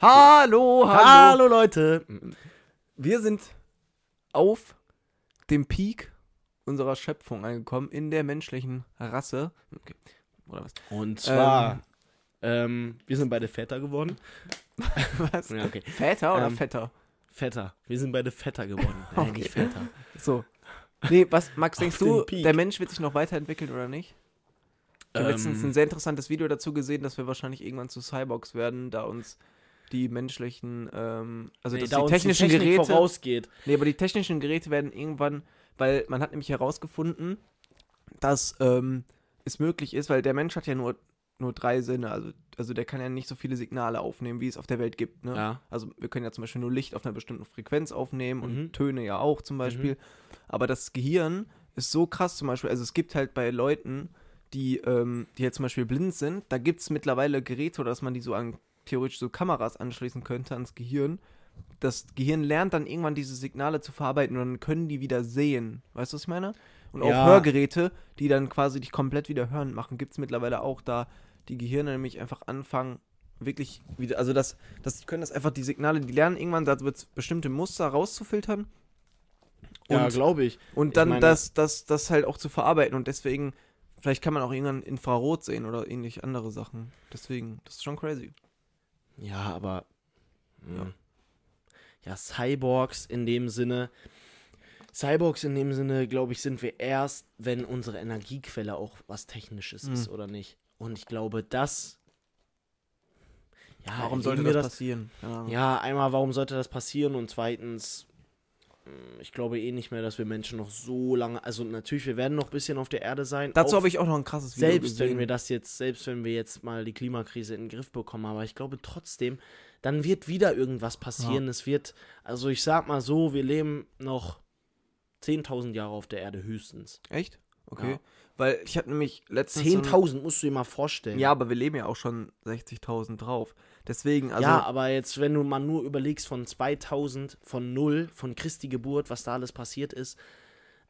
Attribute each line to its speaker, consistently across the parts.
Speaker 1: Hallo, hallo,
Speaker 2: Hallo Leute.
Speaker 1: Wir sind auf dem Peak unserer Schöpfung angekommen, in der menschlichen Rasse. Okay. Oder was?
Speaker 2: Und zwar, ähm, wir sind beide Väter geworden.
Speaker 1: was?
Speaker 2: Ja, okay.
Speaker 1: Väter oder
Speaker 2: Ähm.
Speaker 1: Vetter?
Speaker 2: Väter. Wir sind beide Vetter geworden. Nein, nicht
Speaker 1: Okay.
Speaker 2: Väter.
Speaker 1: So. Nee, was, Max, denkst
Speaker 2: Auf
Speaker 1: du,
Speaker 2: den Peak.
Speaker 1: der Mensch wird sich noch weiterentwickeln oder nicht? Ich habe letztens ein
Speaker 2: Ähm,
Speaker 1: sehr interessantes Video dazu gesehen, dass wir wahrscheinlich irgendwann zu Cyborgs werden, da uns die menschlichen, ähm, also
Speaker 2: nee,
Speaker 1: dass
Speaker 2: da
Speaker 1: die
Speaker 2: uns
Speaker 1: technischen
Speaker 2: Technik
Speaker 1: Geräte,
Speaker 2: vorausgeht.
Speaker 1: nee, aber die technischen Geräte werden irgendwann, weil man hat nämlich herausgefunden, dass ähm, es möglich ist, weil der Mensch hat ja nur, nur drei Sinne, also, also der kann ja nicht so viele Signale aufnehmen, wie es auf der Welt gibt, ne?
Speaker 2: Ja.
Speaker 1: Also wir können ja zum Beispiel nur Licht auf einer bestimmten Frequenz aufnehmen und
Speaker 2: Mhm.
Speaker 1: Töne ja auch zum Beispiel. Aber das Gehirn ist so krass zum Beispiel. Also es gibt halt bei Leuten, die, ähm, die jetzt zum Beispiel blind sind, da gibt es mittlerweile Geräte, oder dass man die so an theoretisch so Kameras anschließen könnte ans Gehirn. Das Gehirn lernt dann irgendwann diese Signale zu verarbeiten und dann können die wieder sehen. Weißt du, was ich meine? Und auch
Speaker 2: Ja.
Speaker 1: Hörgeräte, die dann quasi dich komplett wieder hören machen, gibt es mittlerweile auch da die Gehirne nämlich einfach anfangen, wirklich wieder, also das, das die können das einfach die Signale, die lernen irgendwann, da wird bestimmte Muster rauszufiltern
Speaker 2: Ja,
Speaker 1: Und-
Speaker 2: glaube ich.
Speaker 1: und
Speaker 2: Ich
Speaker 1: dann
Speaker 2: meine-
Speaker 1: das, das, das halt auch zu verarbeiten und deswegen, vielleicht kann man auch irgendwann Infrarot sehen oder ähnlich andere Sachen. Deswegen, das ist schon crazy.
Speaker 2: Ja, aber.
Speaker 1: Ja.
Speaker 2: Ja. ja, Cyborgs in dem Sinne. Cyborgs in dem Sinne, glaube ich, sind wir erst, wenn unsere Energiequelle auch was Technisches
Speaker 1: Mhm.
Speaker 2: ist, oder nicht? Und ich glaube, das. Ja,
Speaker 1: Warum
Speaker 2: erleben
Speaker 1: sollte
Speaker 2: wir
Speaker 1: das, passieren? Keine Ahnung.
Speaker 2: Ja, einmal, warum sollte das passieren? Und zweitens, mh, ich glaube eh nicht mehr, dass wir Menschen noch so lange. Also, natürlich, wir werden noch ein bisschen auf der Erde sein.
Speaker 1: Dazu
Speaker 2: auch
Speaker 1: habe ich auch noch ein krasses Video
Speaker 2: selbst wenn
Speaker 1: gesehen.
Speaker 2: wir das jetzt, selbst wenn wir jetzt mal die Klimakrise in den Griff bekommen, aber ich glaube trotzdem, dann wird wieder irgendwas passieren. Es wird, also ich sag mal so, wir leben noch 10.000 Jahre auf der Erde höchstens.
Speaker 1: Echt? Okay.
Speaker 2: Ja.
Speaker 1: Weil ich habe nämlich letztens... so ein-
Speaker 2: 10.000 musst du dir mal vorstellen.
Speaker 1: Ja, aber wir leben ja auch schon 60.000 drauf. Deswegen, also...
Speaker 2: ja, aber jetzt, wenn du mal nur überlegst von 2000, von null, von Christi Geburt, was da alles passiert ist,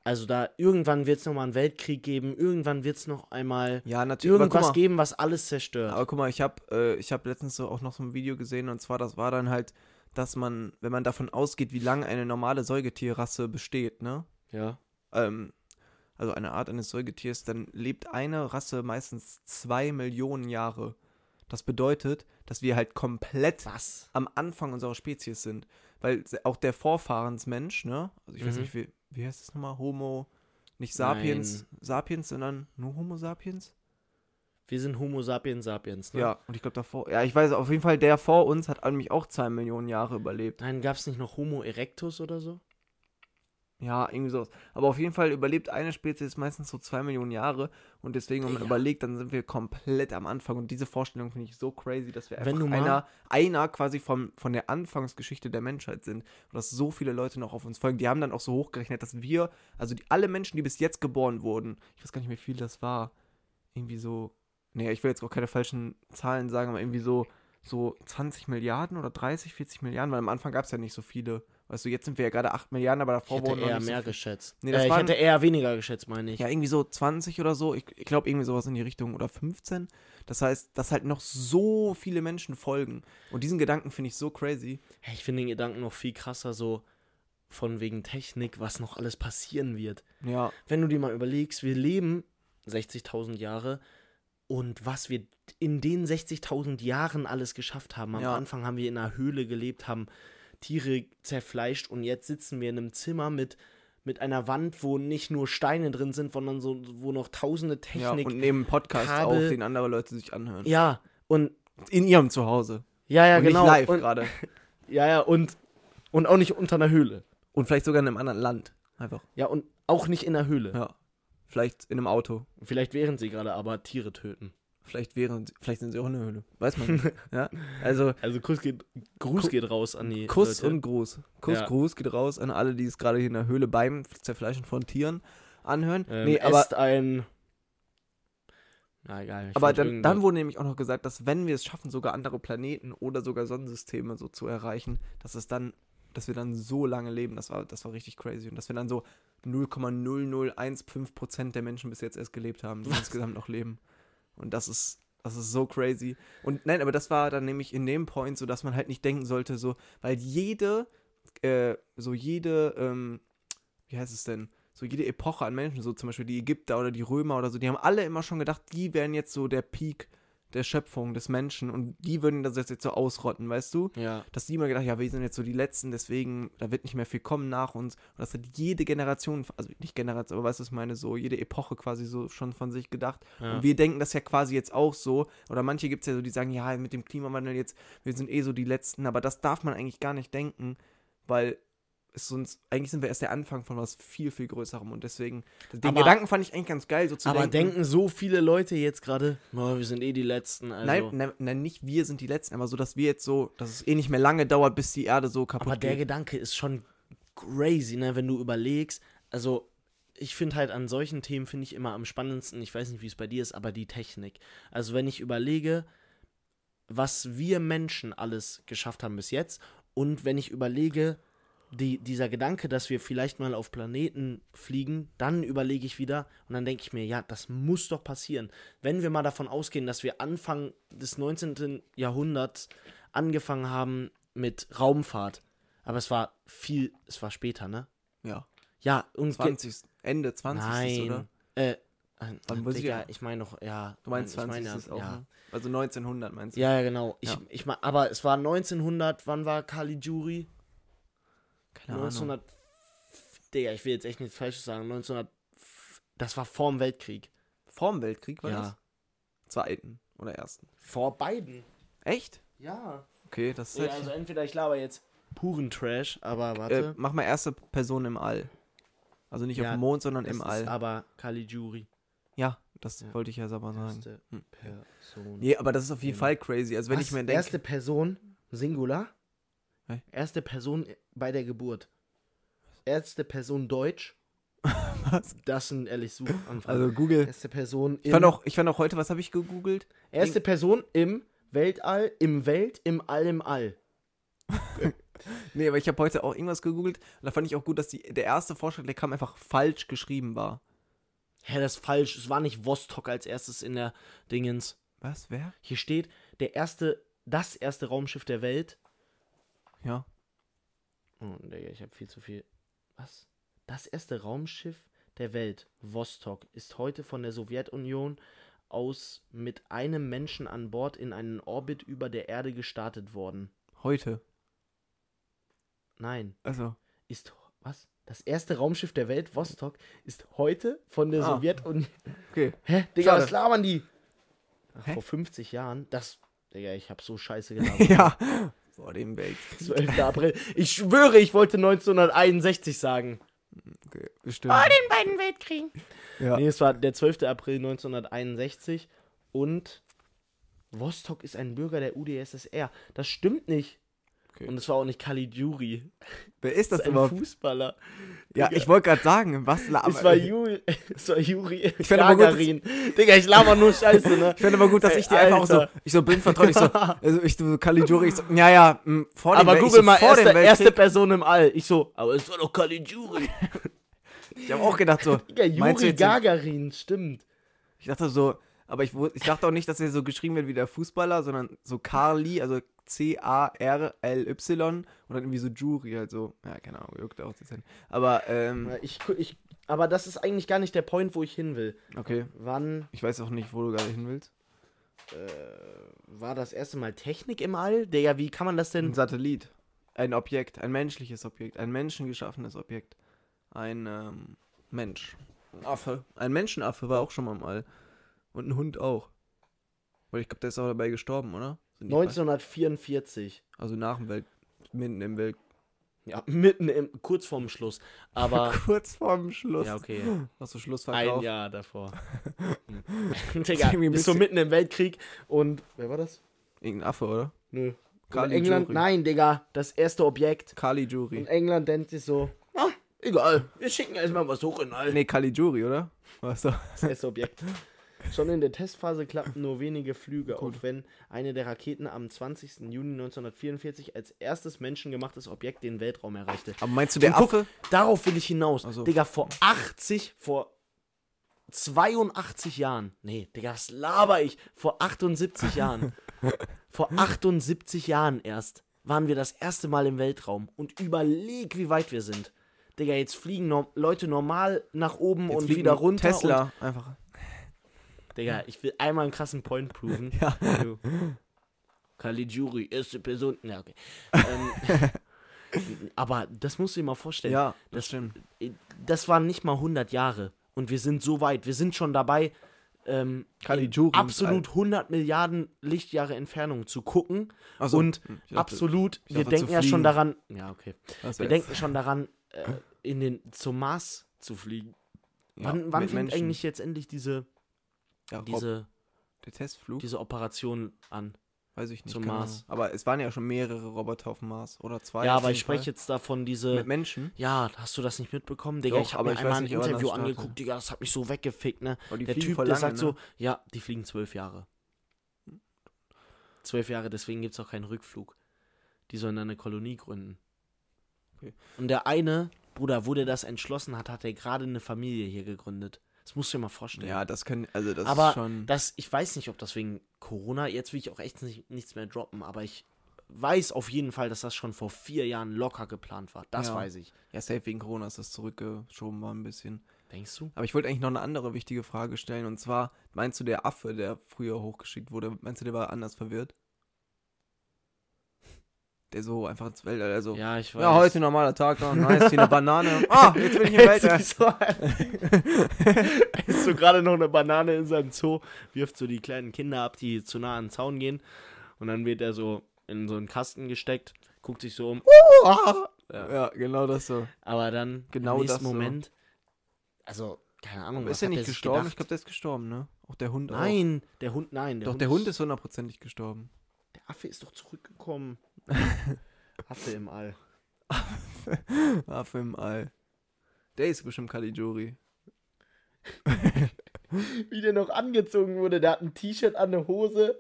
Speaker 2: also da irgendwann wird es nochmal einen Weltkrieg geben, irgendwann wird es noch einmal
Speaker 1: ja, natürlich. aber guck
Speaker 2: irgendwas halt.
Speaker 1: mal,
Speaker 2: geben, was alles zerstört.
Speaker 1: Aber guck mal, ich habe äh, ich hab letztens so auch noch so ein Video gesehen und zwar, das war dann halt, dass man, wenn man davon ausgeht, wie lange eine normale Säugetierrasse besteht, ne?
Speaker 2: ja.
Speaker 1: Ähm, also eine Art eines Säugetiers, dann lebt eine Rasse meistens zwei Millionen Jahre. Das bedeutet, dass wir halt komplett
Speaker 2: Was?
Speaker 1: am Anfang unserer Spezies sind. Weil se- auch der Vorfahrensmensch, ne? Also ich weiß
Speaker 2: Mhm.
Speaker 1: nicht, wie, wie heißt das nochmal? Homo, nicht Sapiens, Sapiens, sondern nur Homo Sapiens?
Speaker 2: Wir sind Homo sapiens sapiens, ne?
Speaker 1: Ja, und ich glaube davor, ja, ich weiß, auf jeden Fall, der vor uns hat nämlich auch zwei Millionen Jahre überlebt.
Speaker 2: Nein, gab es nicht noch Homo erectus oder so?
Speaker 1: Ja, irgendwie sowas. Aber auf jeden Fall überlebt eine Spezies meistens so zwei Millionen Jahre und deswegen, wenn man
Speaker 2: Digga.
Speaker 1: überlegt, dann sind wir komplett am Anfang und diese Vorstellung finde ich so crazy, dass wir
Speaker 2: Wenn
Speaker 1: einfach
Speaker 2: du mal-
Speaker 1: einer, einer quasi vom, von der Anfangsgeschichte der Menschheit sind und dass so viele Leute noch auf uns folgen. Die haben dann auch so hochgerechnet, dass wir, also die, alle Menschen, die bis jetzt geboren wurden, ich weiß gar nicht, wie viel das war, irgendwie so, nee, ich will jetzt auch keine falschen Zahlen sagen, aber irgendwie so, so 20 Milliarden oder 30, 40 Milliarden, weil am Anfang gab es ja nicht so viele. Weißt du, jetzt sind wir ja gerade 8 Milliarden, aber
Speaker 2: Ich
Speaker 1: davor
Speaker 2: hätte
Speaker 1: wurden noch
Speaker 2: eher
Speaker 1: nicht so
Speaker 2: mehr
Speaker 1: viel.
Speaker 2: geschätzt.
Speaker 1: Nee, das
Speaker 2: äh, ich
Speaker 1: waren-
Speaker 2: hätte eher weniger geschätzt, meine ich.
Speaker 1: Ja, irgendwie so 20 oder so. Ich, ich glaube, irgendwie sowas in die Richtung oder 15. Das heißt, dass halt noch so viele Menschen folgen. Und diesen Gedanken finde ich so crazy.
Speaker 2: Hey, Ich finde den Gedanken noch viel krasser, so von wegen Technik, was noch alles passieren wird.
Speaker 1: Ja,
Speaker 2: Wenn du dir mal überlegst, wir leben 60.000 Jahre und was wir in den 60.000 Jahren alles geschafft haben. Am
Speaker 1: Ja.
Speaker 2: Anfang haben wir in einer Höhle gelebt, haben Tiere zerfleischt und jetzt sitzen wir in einem Zimmer mit, mit einer Wand, wo nicht nur Steine drin sind, sondern so, wo noch tausende
Speaker 1: ja
Speaker 2: Technik.
Speaker 1: und nehmen Podcast auf,
Speaker 2: Kabel-
Speaker 1: den andere Leute sich anhören.
Speaker 2: ja, und
Speaker 1: In ihrem Zuhause.
Speaker 2: Ja, ja,
Speaker 1: und
Speaker 2: genau.
Speaker 1: nicht live
Speaker 2: und,
Speaker 1: gerade.
Speaker 2: Ja, ja, und, und auch nicht unter einer Höhle.
Speaker 1: Und vielleicht sogar in einem anderen Land. Einfach.
Speaker 2: Ja, und auch nicht in der Höhle.
Speaker 1: Ja. Vielleicht in einem Auto.
Speaker 2: Vielleicht wären sie gerade aber Tiere töten.
Speaker 1: Vielleicht wären sie, vielleicht sind sie auch in der Höhle. Weiß man nicht. ja? Also
Speaker 2: Also Kuss geht, Gruß
Speaker 1: Ku-
Speaker 2: geht raus an die
Speaker 1: Kuss
Speaker 2: Leute.
Speaker 1: und Gruß. Kuss,
Speaker 2: Ja.
Speaker 1: Gruß geht raus an alle, die es gerade hier in der Höhle beim Zerfleischen von Tieren anhören.
Speaker 2: ähm,
Speaker 1: nee, aber
Speaker 2: esst ein... Na egal. ich
Speaker 1: Aber
Speaker 2: fand
Speaker 1: dann,
Speaker 2: irgendwas-
Speaker 1: dann wurde nämlich auch noch gesagt, dass wenn wir es schaffen, sogar andere Planeten oder sogar Sonnensysteme so zu erreichen, dass es dann, dass wir dann so lange leben, das war, das war richtig crazy. Und dass wir dann so 0,0015 Prozent der Menschen bis jetzt erst gelebt haben, die insgesamt noch leben. Und das ist Das ist so crazy. Und nein, aber das war dann nämlich in dem Point so, dass man halt nicht denken sollte, so, weil jede, äh, so jede, ähm, wie heißt es denn? So jede Epoche an Menschen, so zum Beispiel die Ägypter oder die Römer oder so, die haben alle immer schon gedacht, die wären jetzt so der Peak der Schöpfung des Menschen und die würden das jetzt so ausrotten, weißt du?
Speaker 2: Ja.
Speaker 1: dass die immer gedacht, ja, wir sind jetzt so die Letzten, deswegen, da wird nicht mehr viel kommen nach uns. Und das hat jede Generation, also nicht Generation, aber weißt du, was ich meine, so jede Epoche quasi so schon von sich gedacht.
Speaker 2: ja.
Speaker 1: Und wir denken das ja quasi jetzt auch so. Oder manche gibt es ja so, die sagen, ja, mit dem Klimawandel jetzt, wir sind eh so die Letzten. Aber das darf man eigentlich gar nicht denken, weil es sonst, eigentlich sind wir erst der Anfang von was viel, viel Größerem. Und deswegen, den
Speaker 2: Aber-
Speaker 1: Gedanken fand ich eigentlich ganz geil, so zu
Speaker 2: Aber
Speaker 1: denken.
Speaker 2: denken so viele Leute jetzt gerade, "Oh, wir sind eh die Letzten. Also.
Speaker 1: Nein, nein, nein, nicht wir sind die Letzten, aber so, dass wir jetzt so, dass es eh nicht mehr lange dauert, bis die Erde so kaputt
Speaker 2: Aber der
Speaker 1: geht.
Speaker 2: Gedanke ist schon crazy, ne, wenn du überlegst. Also, ich finde halt an solchen Themen finde ich immer am spannendsten, ich weiß nicht, wie es bei dir ist, aber die Technik. Also, wenn ich überlege, was wir Menschen alles geschafft haben bis jetzt und wenn ich überlege, die, dieser Gedanke, dass wir vielleicht mal auf Planeten fliegen, dann überlege ich wieder und dann denke ich mir, ja, das muss doch passieren. Wenn wir mal davon ausgehen, dass wir Anfang des 19. Jahrhunderts angefangen haben mit Raumfahrt, aber es war viel, es war später, ne?
Speaker 1: ja.
Speaker 2: Ja, und
Speaker 1: 20. Ende 20.
Speaker 2: Nein.
Speaker 1: oder?
Speaker 2: Äh,
Speaker 1: Wann muss ich
Speaker 2: Digga,
Speaker 1: ja-
Speaker 2: ich meine noch, ja.
Speaker 1: Du meinst
Speaker 2: ich
Speaker 1: 20.
Speaker 2: meine
Speaker 1: ist auch.
Speaker 2: ja.
Speaker 1: ne? Also 1900 meinst du?
Speaker 2: Ja, ja, genau. Ich,
Speaker 1: Ja.
Speaker 2: Ich mein, aber es war 1900, wann war Caligiuri?
Speaker 1: Keine
Speaker 2: 1900. Digga, ich will jetzt echt nichts Falsches sagen. 1900. Das war vor dem Weltkrieg.
Speaker 1: Vorm Weltkrieg war
Speaker 2: Ja.
Speaker 1: das? Zweiten oder ersten.
Speaker 2: Vor beiden.
Speaker 1: Echt?
Speaker 2: Ja.
Speaker 1: Okay, das ist
Speaker 2: Digga,
Speaker 1: halt-
Speaker 2: also entweder ich laber jetzt puren Trash, aber
Speaker 1: äh,
Speaker 2: warte.
Speaker 1: Mach mal erste Person im All. Also nicht auf
Speaker 2: Ja,
Speaker 1: dem Mond, sondern
Speaker 2: Das
Speaker 1: im
Speaker 2: ist
Speaker 1: All.
Speaker 2: Aber Caligiuri.
Speaker 1: ja, das
Speaker 2: Ja.
Speaker 1: wollte ich ja selber sagen.
Speaker 2: Erste
Speaker 1: Hm.
Speaker 2: Person.
Speaker 1: Nee, aber das ist auf jeden Fall crazy. Also wenn
Speaker 2: Was?
Speaker 1: ich mir denke.
Speaker 2: Erste Person, Singular.
Speaker 1: Hä?
Speaker 2: Erste Person bei der Geburt. Erste Person Deutsch.
Speaker 1: Was?
Speaker 2: Das sind ehrlich Suchanfragen.
Speaker 1: Also Google.
Speaker 2: erste Person
Speaker 1: Ich
Speaker 2: im,
Speaker 1: fand, auch, ich fand auch heute, was habe ich gegoogelt?
Speaker 2: erste Person im Weltall, im Welt, im All, im All.
Speaker 1: Nee, aber ich habe heute auch irgendwas gegoogelt. Und da fand ich auch gut, dass die, der erste Vorschlag, der kam, einfach falsch geschrieben war.
Speaker 2: Hä, das ist falsch. Es war nicht Vostok als erstes in der Dingens.
Speaker 1: Was? Wer?
Speaker 2: Hier steht, der erste, das erste Raumschiff der Welt.
Speaker 1: Ja.
Speaker 2: Oh, Digga, ich habe viel zu viel. Was? Das erste Raumschiff der Welt, Vostok, ist heute von der Sowjetunion aus mit einem Menschen an Bord in einen Orbit über der Erde gestartet worden.
Speaker 1: Heute.
Speaker 2: Nein,
Speaker 1: Also.
Speaker 2: ist was? Das erste Raumschiff der Welt, Vostok, ist heute von der
Speaker 1: Ah.
Speaker 2: Sowjetunion.
Speaker 1: Okay.
Speaker 2: Hä, Digga,
Speaker 1: Schade.
Speaker 2: was labern die? Ach,
Speaker 1: Hä?
Speaker 2: vor 50 Jahren, das Digga, ich hab so scheiße gelabert.
Speaker 1: ja. Boah, dem Welt.
Speaker 2: 12. April. Ich schwöre, ich wollte 1961 sagen.
Speaker 1: Okay, bestimmt.
Speaker 2: den beiden Weltkriegen.
Speaker 1: ja.
Speaker 2: Nee, es war der 12. April 1961 und Vostok ist ein Bürger der UdSSR. Das stimmt nicht.
Speaker 1: Okay.
Speaker 2: Und es war auch nicht Caligiuri.
Speaker 1: Wer ist das
Speaker 2: Das ist ein
Speaker 1: überhaupt?
Speaker 2: Fußballer.
Speaker 1: Ja, ich wollte gerade sagen, was la-
Speaker 2: es, war Juri, es war Juri ich
Speaker 1: fand aber gut, dass-
Speaker 2: Digga, ich laber nur Scheiße, ne?
Speaker 1: Ich fand aber gut, dass
Speaker 2: Ey,
Speaker 1: ich dir einfach auch so,
Speaker 2: Alter.
Speaker 1: ich so blind vertraut, ich so, also ich so, Caligiuri, ich so, ja, ja, mh, vor dem
Speaker 2: Aber
Speaker 1: Wel- ich
Speaker 2: google
Speaker 1: so,
Speaker 2: mal,
Speaker 1: vor dem
Speaker 2: erste, erste
Speaker 1: Weltkrieg.
Speaker 2: Person im All. Ich so, aber es war doch Caligiuri.
Speaker 1: Ich habe auch gedacht so,
Speaker 2: Digga,
Speaker 1: meinst du
Speaker 2: Juri
Speaker 1: jetzt,
Speaker 2: Gagarin, stimmt.
Speaker 1: ich dachte so, aber ich, wu- ich dachte auch nicht, dass er so geschrieben wird wie der Fußballer, sondern so Carly, also C-A-R-L-Y und dann irgendwie so Jury, halt so, ja, keine Ahnung, juckt auch das hin. Aber, ähm,
Speaker 2: Ja, Ich, ich, aber das ist eigentlich gar nicht der Point, wo ich hin will.
Speaker 1: okay,
Speaker 2: Wann
Speaker 1: ich weiß auch nicht, wo du gerade hin willst.
Speaker 2: war das erste Mal Technik im All? Digga, wie kann man das denn
Speaker 1: Ein Satellit. Ein Objekt, ein menschliches Objekt, ein menschengeschaffenes Objekt. Ein ähm, Mensch. Ein Affe. Ein Menschenaffe war auch schon mal im All. Und ein Hund auch. Weil ich glaube, der ist auch dabei gestorben, oder? Sind die
Speaker 2: 1944.
Speaker 1: beiden- Also nach dem Welt. Mitten im Welt.
Speaker 2: Ja, mitten im, kurz vorm Schluss. Aber,
Speaker 1: Kurz vorm Schluss.
Speaker 2: ja, okay.
Speaker 1: Hast du
Speaker 2: Ein
Speaker 1: Schlussverkauf?
Speaker 2: Jahr davor. Hm. Digga,
Speaker 1: Irgendwie ein
Speaker 2: ist so
Speaker 1: bisschen-
Speaker 2: mitten im Weltkrieg und, wer war das?
Speaker 1: Irgendein Affe, oder?
Speaker 2: Nö.
Speaker 1: Karl
Speaker 2: Oder England,
Speaker 1: Jury.
Speaker 2: nein, Digga, das erste Objekt. Und
Speaker 1: Caligiuri.
Speaker 2: England denkt sich so, ah, egal, wir schicken erstmal was hoch in den All.
Speaker 1: Nee, Caligiuri, oder? Was da?
Speaker 2: Das erste Objekt. Schon in der Testphase klappten nur wenige Flüge, auch wenn eine der Raketen am 20. Juni 1944 als erstes menschengemachtes Objekt den Weltraum erreichte.
Speaker 1: Aber meinst du, der
Speaker 2: Und guck,
Speaker 1: Affe? hm.
Speaker 2: Darauf will ich hinaus.
Speaker 1: Ach so.
Speaker 2: Digga, vor 80, vor 82 Jahren. Nee, Digga, was laber ich? Vor 78 Jahren. Vor 78 Jahren erst waren wir das erste Mal im Weltraum. Und überleg, wie weit wir sind. Digga, jetzt fliegen no Leute normal nach oben
Speaker 1: Jetzt
Speaker 2: und
Speaker 1: fliegt
Speaker 2: wieder
Speaker 1: ein
Speaker 2: runter.
Speaker 1: Tesla einfach.
Speaker 2: Und, Digga, ich will einmal einen krassen Point proven.
Speaker 1: Ja.
Speaker 2: Du. Caligiuri, erste Person. Ja, okay. ähm, aber das musst du dir mal vorstellen.
Speaker 1: Ja, das
Speaker 2: das-
Speaker 1: stimmt.
Speaker 2: Das waren nicht mal 100 Jahre. Und wir sind so weit. Wir sind schon dabei, ähm,
Speaker 1: Caligiuri
Speaker 2: in absolut 100 Milliarden Lichtjahre Entfernung zu gucken.
Speaker 1: Also,
Speaker 2: und
Speaker 1: ich dachte,
Speaker 2: absolut,
Speaker 1: ich
Speaker 2: wir
Speaker 1: dachte, zu
Speaker 2: denken ja schon
Speaker 1: fliegen.
Speaker 2: daran. Ja, okay.
Speaker 1: das
Speaker 2: Wir
Speaker 1: wär's.
Speaker 2: denken schon daran, äh, in den, zum Mars zu fliegen.
Speaker 1: Ja,
Speaker 2: wann wann
Speaker 1: mit
Speaker 2: fängt
Speaker 1: Menschen.
Speaker 2: eigentlich jetzt endlich diese,
Speaker 1: ja, Rob,
Speaker 2: diese,
Speaker 1: der Testflug?
Speaker 2: diese Operation an?
Speaker 1: Weiß ich nicht.
Speaker 2: Zum
Speaker 1: keine
Speaker 2: Mars.
Speaker 1: Ahnung. Aber es waren ja schon mehrere Roboter auf dem Mars. Oder zwei.
Speaker 2: ja,
Speaker 1: auf
Speaker 2: aber
Speaker 1: jeden
Speaker 2: ich spreche jetzt äh, davon,
Speaker 1: Fall.
Speaker 2: diese.
Speaker 1: Mit Menschen.
Speaker 2: Ja, hast du das nicht mitbekommen? Digga,
Speaker 1: Doch,
Speaker 2: ich
Speaker 1: aber
Speaker 2: habe
Speaker 1: ich
Speaker 2: mir
Speaker 1: weiß
Speaker 2: einmal ein
Speaker 1: nicht, wann
Speaker 2: Interview
Speaker 1: das startet.
Speaker 2: angeguckt, Digga, das hat mich so weggefickt, ne?
Speaker 1: Aber die
Speaker 2: der
Speaker 1: fliegen
Speaker 2: Typ,
Speaker 1: voll
Speaker 2: der
Speaker 1: lange,
Speaker 2: sagt
Speaker 1: ne?
Speaker 2: so, ja, die fliegen zwölf Jahre. Zwölf Jahre, deswegen gibt es auch keinen Rückflug. Die sollen dann eine Kolonie gründen.
Speaker 1: Okay.
Speaker 2: Und der eine, Bruder, wo der das entschlossen hat, hat er gerade eine Familie hier gegründet. Das musst du dir mal vorstellen.
Speaker 1: Ja, das können, also das
Speaker 2: aber
Speaker 1: ist schon.
Speaker 2: das, ich weiß nicht, ob das wegen Corona, jetzt will ich auch echt nicht, nichts mehr droppen, aber ich weiß auf jeden Fall, dass das schon vor vier Jahren locker geplant war. Das
Speaker 1: Ja.
Speaker 2: weiß ich.
Speaker 1: ja, safe wegen Corona ist das zurückgeschoben worden ein bisschen.
Speaker 2: Denkst du?
Speaker 1: Aber ich wollte eigentlich noch eine andere wichtige Frage stellen. Und zwar, meinst du, der Affe, der früher hochgeschickt wurde, meinst du, der war anders verwirrt? Der so einfach ins Weltall, also.
Speaker 2: Ja, ich weiß.
Speaker 1: Ja, heute normaler Tag, oh, nice, hier eine Banane. Ah, jetzt bin ich im Weltall.
Speaker 2: Ist so gerade noch eine Banane in seinem Zoo, wirft so die kleinen Kinder ab, die zu nah an den Zaun gehen. Und dann wird er so in so einen Kasten gesteckt, guckt sich so um.
Speaker 1: ja. ja, genau das so.
Speaker 2: Aber dann
Speaker 1: Genau
Speaker 2: im nächsten
Speaker 1: das so.
Speaker 2: Moment. Also, keine Ahnung.
Speaker 1: ist der
Speaker 2: hat
Speaker 1: nicht
Speaker 2: sich
Speaker 1: gestorben? Ich glaube,
Speaker 2: gedacht?
Speaker 1: der ist gestorben, ne? Auch der Hund auch.
Speaker 2: Nein, der Hund, nein.
Speaker 1: Doch, der Hund ist hundertprozentig gestorben.
Speaker 2: Der Affe ist doch zurückgekommen. Affe im All.
Speaker 1: Affe im All. Der ist bestimmt Caligiuri.
Speaker 2: Wie der noch angezogen wurde, der hat ein T-Shirt an, eine Hose.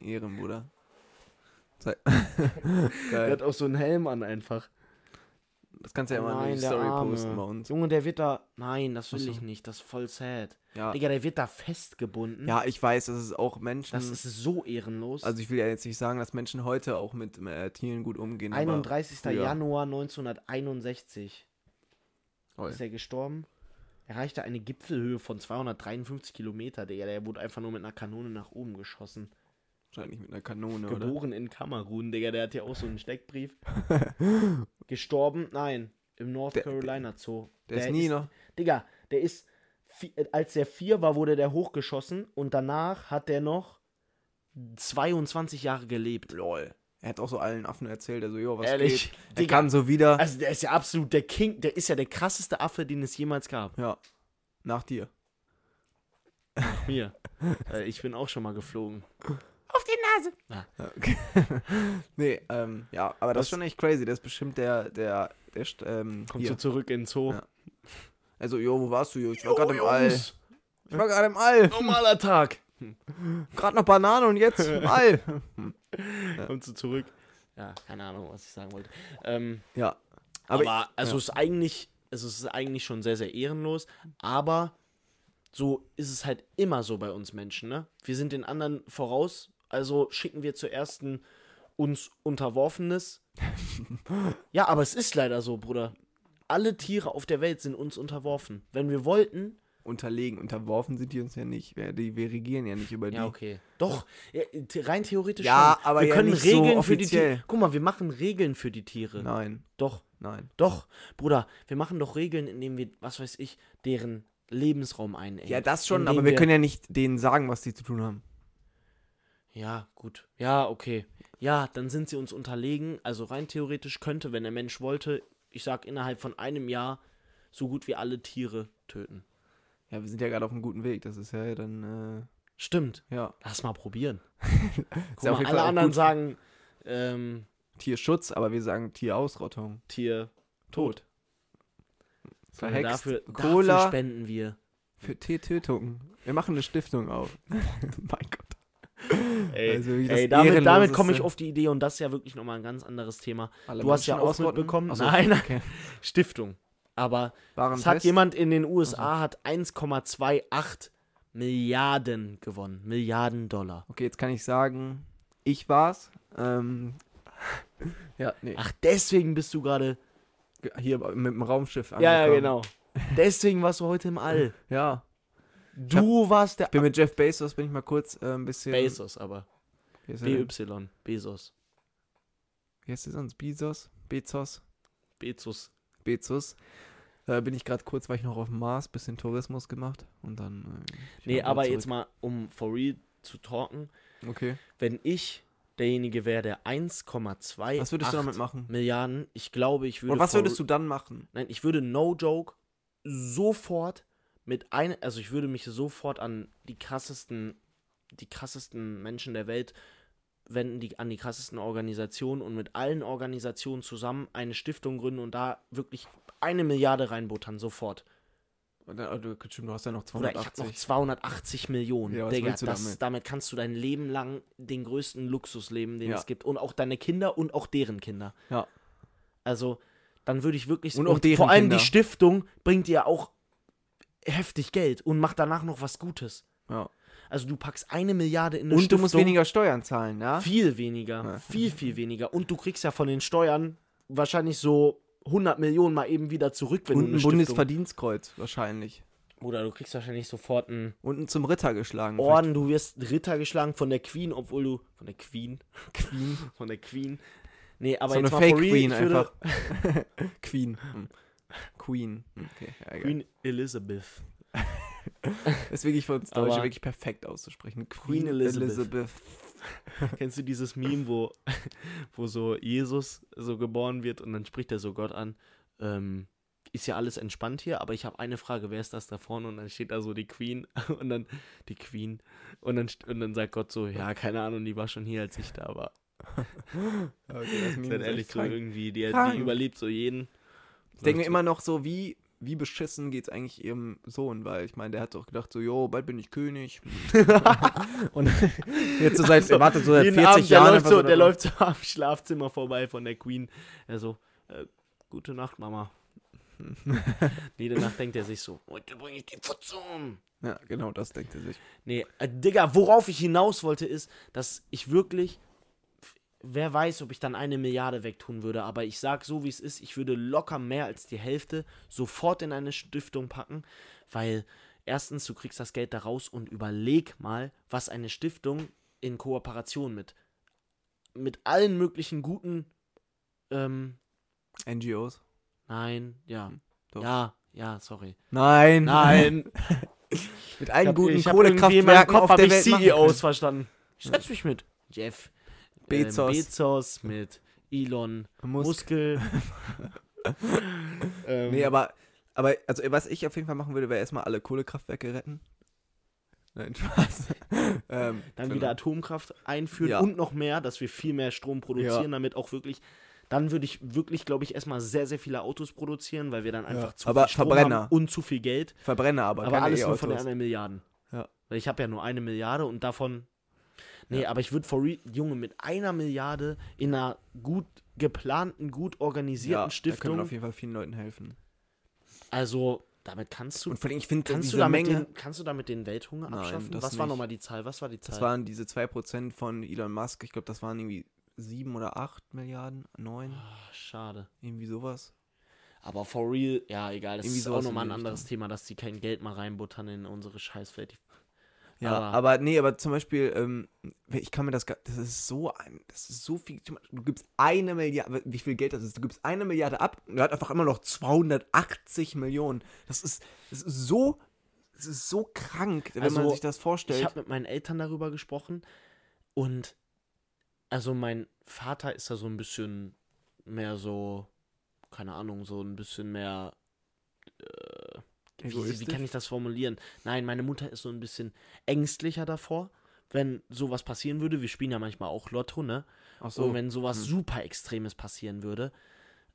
Speaker 1: Ehrenbruder. Sei-
Speaker 2: Der
Speaker 1: Geil.
Speaker 2: hat auch so einen Helm an einfach.
Speaker 1: Das kannst du ja
Speaker 2: Oh
Speaker 1: mal in die
Speaker 2: der
Speaker 1: Story
Speaker 2: Arme.
Speaker 1: posten bei uns.
Speaker 2: Junge, der wird da. Nein, das will
Speaker 1: Ach so.
Speaker 2: ich nicht. Das ist voll sad.
Speaker 1: Ja.
Speaker 2: Digga, der wird da festgebunden.
Speaker 1: ja, ich weiß, das ist auch Menschen.
Speaker 2: Das ist so ehrenlos.
Speaker 1: also ich will ja jetzt nicht sagen, dass Menschen heute auch mit äh, Tieren gut umgehen. aber
Speaker 2: 31.
Speaker 1: früher.
Speaker 2: Januar 1961
Speaker 1: Toll.
Speaker 2: ist er gestorben. Er erreichte eine Gipfelhöhe von 253 Kilometer. Digga, der wurde einfach nur mit einer Kanone nach oben geschossen.
Speaker 1: Wahrscheinlich mit einer Kanone, oder?
Speaker 2: Geboren in Kamerun, Digga, der hat ja auch so einen Steckbrief. Gestorben? Nein. Im North
Speaker 1: Der-
Speaker 2: Carolina Zoo.
Speaker 1: Der, ist nie noch.
Speaker 2: Digga, der ist, vi- äh, als der vier war, wurde der hochgeschossen und danach hat der noch 22 Jahre gelebt.
Speaker 1: Lol. Er hat auch so allen Affen erzählt, also, jo, was
Speaker 2: Ehrlich?
Speaker 1: geht? Er
Speaker 2: Digga.
Speaker 1: kam so wieder.
Speaker 2: Also der ist ja absolut der King, der ist ja der krasseste Affe, den es jemals gab.
Speaker 1: ja. Nach dir.
Speaker 2: Nach mir. Äh, ich bin auch schon mal geflogen.
Speaker 1: Okay. nee, ähm, ja, aber das ist schon echt crazy. Das ist bestimmt der, der, der, st- ähm,
Speaker 2: Kommst
Speaker 1: hier.
Speaker 2: du zurück in den Zoo?
Speaker 1: Ja. Also, jo, wo warst du, jo? Ich war
Speaker 2: Oh,
Speaker 1: gerade im All.
Speaker 2: Jungs,
Speaker 1: Ich war gerade im All.
Speaker 2: Normaler Tag.
Speaker 1: Gerade noch Banane und jetzt im All.
Speaker 2: Kommst du zurück? Ja, keine Ahnung, was ich sagen wollte. Ähm,
Speaker 1: Ja. Aber,
Speaker 2: Aber, also es ist eigentlich, also es ist eigentlich schon sehr, sehr ehrenlos, aber so ist es halt immer so bei uns Menschen, ne? Wir sind den anderen voraus, also schicken wir zuerst ein uns unterworfenes. ja, aber es ist leider so, Bruder. Alle Tiere auf der Welt sind uns unterworfen. Wenn wir wollten,
Speaker 1: unterlegen, unterworfen sind die uns ja nicht. Wir, die, wir regieren ja nicht über die.
Speaker 2: Ja, okay. Doch, ja, the- rein theoretisch
Speaker 1: Ja,
Speaker 2: schon.
Speaker 1: aber
Speaker 2: wir
Speaker 1: ja
Speaker 2: können
Speaker 1: nicht so
Speaker 2: Regeln für die
Speaker 1: offiziell.
Speaker 2: Tiere. Guck mal, wir machen Regeln für die Tiere.
Speaker 1: Nein,
Speaker 2: Doch.
Speaker 1: nein.
Speaker 2: Doch, Bruder, wir machen doch Regeln, indem wir, was weiß ich, deren Lebensraum einengen.
Speaker 1: Ja, das schon,
Speaker 2: indem
Speaker 1: aber wir können ja nicht denen sagen, was die zu tun haben.
Speaker 2: Ja, gut. Ja, okay. Ja, dann sind sie uns unterlegen. Also rein theoretisch könnte, wenn der Mensch wollte, ich sag innerhalb von einem Jahr so gut wie alle Tiere töten.
Speaker 1: Ja, wir sind ja gerade auf einem guten Weg. Das ist ja dann,
Speaker 2: Stimmt.
Speaker 1: äh, ja,
Speaker 2: Lass mal probieren. Guck
Speaker 1: ja auf
Speaker 2: mal,
Speaker 1: jeden Fall
Speaker 2: alle
Speaker 1: auch
Speaker 2: anderen
Speaker 1: gut.
Speaker 2: sagen ähm,
Speaker 1: Tierschutz, aber wir sagen Tierausrottung.
Speaker 2: Tier tot. Also
Speaker 1: Verhext.
Speaker 2: Dafür,
Speaker 1: Cola.
Speaker 2: dafür spenden wir.
Speaker 1: Für Tiertötung. Wir machen eine Stiftung auf. mein Gott.
Speaker 2: Ey,
Speaker 1: Also wirklich das
Speaker 2: ey damit, damit komme ich
Speaker 1: Ehrenloseste.
Speaker 2: auf die Idee und das ist ja wirklich nochmal ein ganz anderes Thema.
Speaker 1: Alle
Speaker 2: Du hast ja
Speaker 1: Menschen
Speaker 2: auch
Speaker 1: ausrotten?
Speaker 2: mitbekommen.
Speaker 1: Ach so,
Speaker 2: Nein, nein.
Speaker 1: okay.
Speaker 2: Stiftung. Aber
Speaker 1: Waren
Speaker 2: es hat
Speaker 1: fest?
Speaker 2: jemand in den USA hat 1,28 Milliarden gewonnen. Milliarden Dollar.
Speaker 1: Okay, jetzt kann ich sagen, ich war's. Ähm, ja, nee.
Speaker 2: Ach, deswegen bist du gerade.
Speaker 1: Hier mit dem Raumschiff
Speaker 2: Ja, ja,
Speaker 1: angekommen.
Speaker 2: genau. Deswegen warst du heute im All.
Speaker 1: Ja,
Speaker 2: Du warst der
Speaker 1: bin mit Jeff Bezos, bin ich mal kurz äh, ein bisschen...
Speaker 2: Bezos, aber.
Speaker 1: Wie heißt er denn?
Speaker 2: BY. Bezos.
Speaker 1: Wie heißt der sonst? Bezos? Bezos?
Speaker 2: Bezos.
Speaker 1: Bezos. Da bin ich gerade kurz, war ich noch auf dem Mars, bisschen Tourismus gemacht und dann... Äh, ich
Speaker 2: Nee,
Speaker 1: war
Speaker 2: aber
Speaker 1: zurück.
Speaker 2: jetzt mal, um for real zu talken,
Speaker 1: Okay.
Speaker 2: wenn ich derjenige wäre, der 1,2
Speaker 1: Was würdest du damit machen?
Speaker 2: Milliarden, ich glaube, ich würde.
Speaker 1: Oder was
Speaker 2: for-
Speaker 1: würdest du dann machen?
Speaker 2: Nein, ich würde no joke sofort mit ein, also ich würde mich sofort an die krassesten, die krassesten Menschen der Welt wenden, die an die krassesten Organisationen und mit allen Organisationen zusammen eine Stiftung gründen und da wirklich eine Milliarde reinbuttern sofort.
Speaker 1: Oder, äh, du, stimmt, du hast ja noch
Speaker 2: Oder ich habe noch
Speaker 1: 280.
Speaker 2: 280 Millionen.
Speaker 1: Ja, was
Speaker 2: Digga,
Speaker 1: willst du
Speaker 2: das, damit?
Speaker 1: damit?
Speaker 2: kannst du dein Leben lang den größten Luxus leben, den
Speaker 1: Ja.
Speaker 2: es gibt. Und auch deine Kinder und auch deren Kinder.
Speaker 1: Ja.
Speaker 2: Also, dann würde ich wirklich.
Speaker 1: Und auch deren
Speaker 2: Vor allem
Speaker 1: Kinder.
Speaker 2: die Stiftung bringt dir auch heftig Geld und macht danach noch was Gutes.
Speaker 1: Ja.
Speaker 2: Also, du packst eine Milliarde in eine
Speaker 1: Und du
Speaker 2: Stiftung.
Speaker 1: musst weniger Steuern zahlen, ja?
Speaker 2: Viel weniger.
Speaker 1: Ja.
Speaker 2: Viel, viel weniger. Und du kriegst ja von den Steuern wahrscheinlich so 100 Millionen mal eben wieder zurück, wenn
Speaker 1: Und
Speaker 2: du eine
Speaker 1: ein
Speaker 2: Stiftung.
Speaker 1: Bundesverdienstkreuz wahrscheinlich.
Speaker 2: Oder du kriegst wahrscheinlich sofort ein.
Speaker 1: Und ein zum Ritter geschlagen.
Speaker 2: Orden, du wirst Ritter geschlagen von der Queen, obwohl du. Von der Queen? Queen? Von der Queen. Nee, aber
Speaker 1: so eine
Speaker 2: jetzt mal
Speaker 1: Fake
Speaker 2: for real,
Speaker 1: Queen
Speaker 2: ich würde-
Speaker 1: einfach. Queen. Hm. Queen. Hm, Okay, ja, egal.
Speaker 2: Queen Elizabeth.
Speaker 1: Ist wirklich für uns Deutsche
Speaker 2: Aber-
Speaker 1: wirklich perfekt auszusprechen.
Speaker 2: Queen Elizabeth. Kennst du dieses Meme, wo, wo so Jesus so geboren wird und dann spricht er so Gott an? Ähm, ist ja alles entspannt hier, aber ich habe eine Frage, wer ist das da vorne? Und dann steht da so die Queen und dann die Queen und dann, st- und dann sagt Gott so, ja, keine Ahnung, die war schon hier, als ich da war.
Speaker 1: Okay, das Meme
Speaker 2: Seid
Speaker 1: ist
Speaker 2: ehrlich,
Speaker 1: echt
Speaker 2: so
Speaker 1: krank.
Speaker 2: irgendwie, die, die
Speaker 1: Krank.
Speaker 2: überlebt so jeden.
Speaker 1: Ich denke mir immer noch so, wie, wie beschissen geht's eigentlich ihrem Sohn, weil ich meine, der hat doch gedacht, so, jo, bald bin ich König. Und jetzt so seit, er wartet so seit
Speaker 2: Jeden
Speaker 1: 40
Speaker 2: Abend,
Speaker 1: Jahren.
Speaker 2: Der läuft,
Speaker 1: einfach
Speaker 2: so, der
Speaker 1: davon.
Speaker 2: läuft so am Schlafzimmer vorbei von der Queen. Er so, äh, gute Nacht, Mama. Jede Nacht denkt er sich so, heute bringe ich die Pfütze um.
Speaker 1: Ja, genau, das denkt er sich.
Speaker 2: Nee, äh, Digga, worauf ich hinaus wollte ist, dass ich wirklich, wer weiß, ob ich dann eine Milliarde wegtun würde, aber ich sag so, wie es ist, ich würde locker mehr als die Hälfte sofort in eine Stiftung packen, weil erstens, du kriegst das Geld da raus und überleg mal, was eine Stiftung in Kooperation mit, mit allen möglichen guten, ähm,
Speaker 1: NGOs.
Speaker 2: nein, ja,
Speaker 1: Doch.
Speaker 2: ja, ja, sorry.
Speaker 1: Nein.
Speaker 2: Nein,
Speaker 1: Mit allen
Speaker 2: Ich hab-
Speaker 1: guten
Speaker 2: ich hab irgendwie in meinem
Speaker 1: Kohlekraftwerken
Speaker 2: Kopf
Speaker 1: auf
Speaker 2: hab
Speaker 1: der
Speaker 2: ich
Speaker 1: Welt machen
Speaker 2: CEOs
Speaker 1: können.
Speaker 2: E verstanden. Ich setz mich mit Jeff
Speaker 1: Bezos.
Speaker 2: ähm, Bezos mit Elon
Speaker 1: Musk.
Speaker 2: Muskel. ähm,
Speaker 1: Nee, aber, aber also, was ich auf jeden Fall machen würde, wäre erstmal alle Kohlekraftwerke retten. Nein, Spaß. ähm,
Speaker 2: dann
Speaker 1: genau.
Speaker 2: wieder Atomkraft einführen
Speaker 1: Ja.
Speaker 2: und noch mehr, dass wir viel mehr Strom produzieren,
Speaker 1: Ja.
Speaker 2: damit auch wirklich dann würde ich wirklich, glaube ich, erstmal sehr, sehr viele Autos produzieren, weil wir dann einfach zu
Speaker 1: Aber
Speaker 2: viel Strom
Speaker 1: Verbrenner.
Speaker 2: haben und zu viel Geld.
Speaker 1: Verbrenner, aber,
Speaker 2: Aber
Speaker 1: keine E
Speaker 2: alles nur von der
Speaker 1: E-Autos.
Speaker 2: anderen Milliarden.
Speaker 1: eh Ja.
Speaker 2: Weil ich habe ja nur eine Milliarde und davon. Nee, aber ich würde for real, Junge, mit einer Milliarde in einer gut geplanten, gut organisierten
Speaker 1: ja, Da können wir
Speaker 2: Stiftung.
Speaker 1: auf jeden Fall vielen Leuten helfen.
Speaker 2: Also, damit kannst du.
Speaker 1: Und vor allem, ich finde,
Speaker 2: Kannst
Speaker 1: diese
Speaker 2: du, damit
Speaker 1: Menge,
Speaker 2: den, kannst du damit den Welthunger
Speaker 1: Nein,
Speaker 2: abschaffen?
Speaker 1: das
Speaker 2: Was war
Speaker 1: nicht.
Speaker 2: nochmal die Zahl? Was war die Zahl?
Speaker 1: das waren diese 2% von Elon Musk, ich glaube, das waren irgendwie 7 oder 8 Milliarden, 9,
Speaker 2: Ach, schade.
Speaker 1: irgendwie sowas.
Speaker 2: Aber for real, ja, egal. Das
Speaker 1: Irgendwie
Speaker 2: ist auch
Speaker 1: sowas
Speaker 2: nochmal
Speaker 1: in
Speaker 2: ein
Speaker 1: die
Speaker 2: anderes
Speaker 1: Richtung.
Speaker 2: Thema, dass die kein Geld mal reinbuttern in unsere Scheißwelt. Die-
Speaker 1: Ja,
Speaker 2: Aber-
Speaker 1: Ah, aber, nee, aber zum Beispiel, ähm, ich kann mir das, gar- das ist so ein, das ist so viel, du gibst eine Milliarde, wie viel Geld das ist, du gibst eine Milliarde ab und er hat einfach immer noch 280 Millionen. Das ist, das ist so, das ist so krank, wenn
Speaker 2: Also,
Speaker 1: man sich das vorstellt.
Speaker 2: Ich habe mit meinen Eltern darüber gesprochen und also mein Vater ist da so ein bisschen mehr so, keine Ahnung, so ein bisschen mehr. Äh, wie, wie
Speaker 1: Egoistisch?
Speaker 2: kann ich das formulieren? Nein, meine Mutter ist so ein bisschen ängstlicher davor, wenn sowas passieren würde. Wir spielen ja manchmal auch Lotto, ne?
Speaker 1: Ach
Speaker 2: So. Und wenn sowas
Speaker 1: Hm.
Speaker 2: super Extremes passieren würde.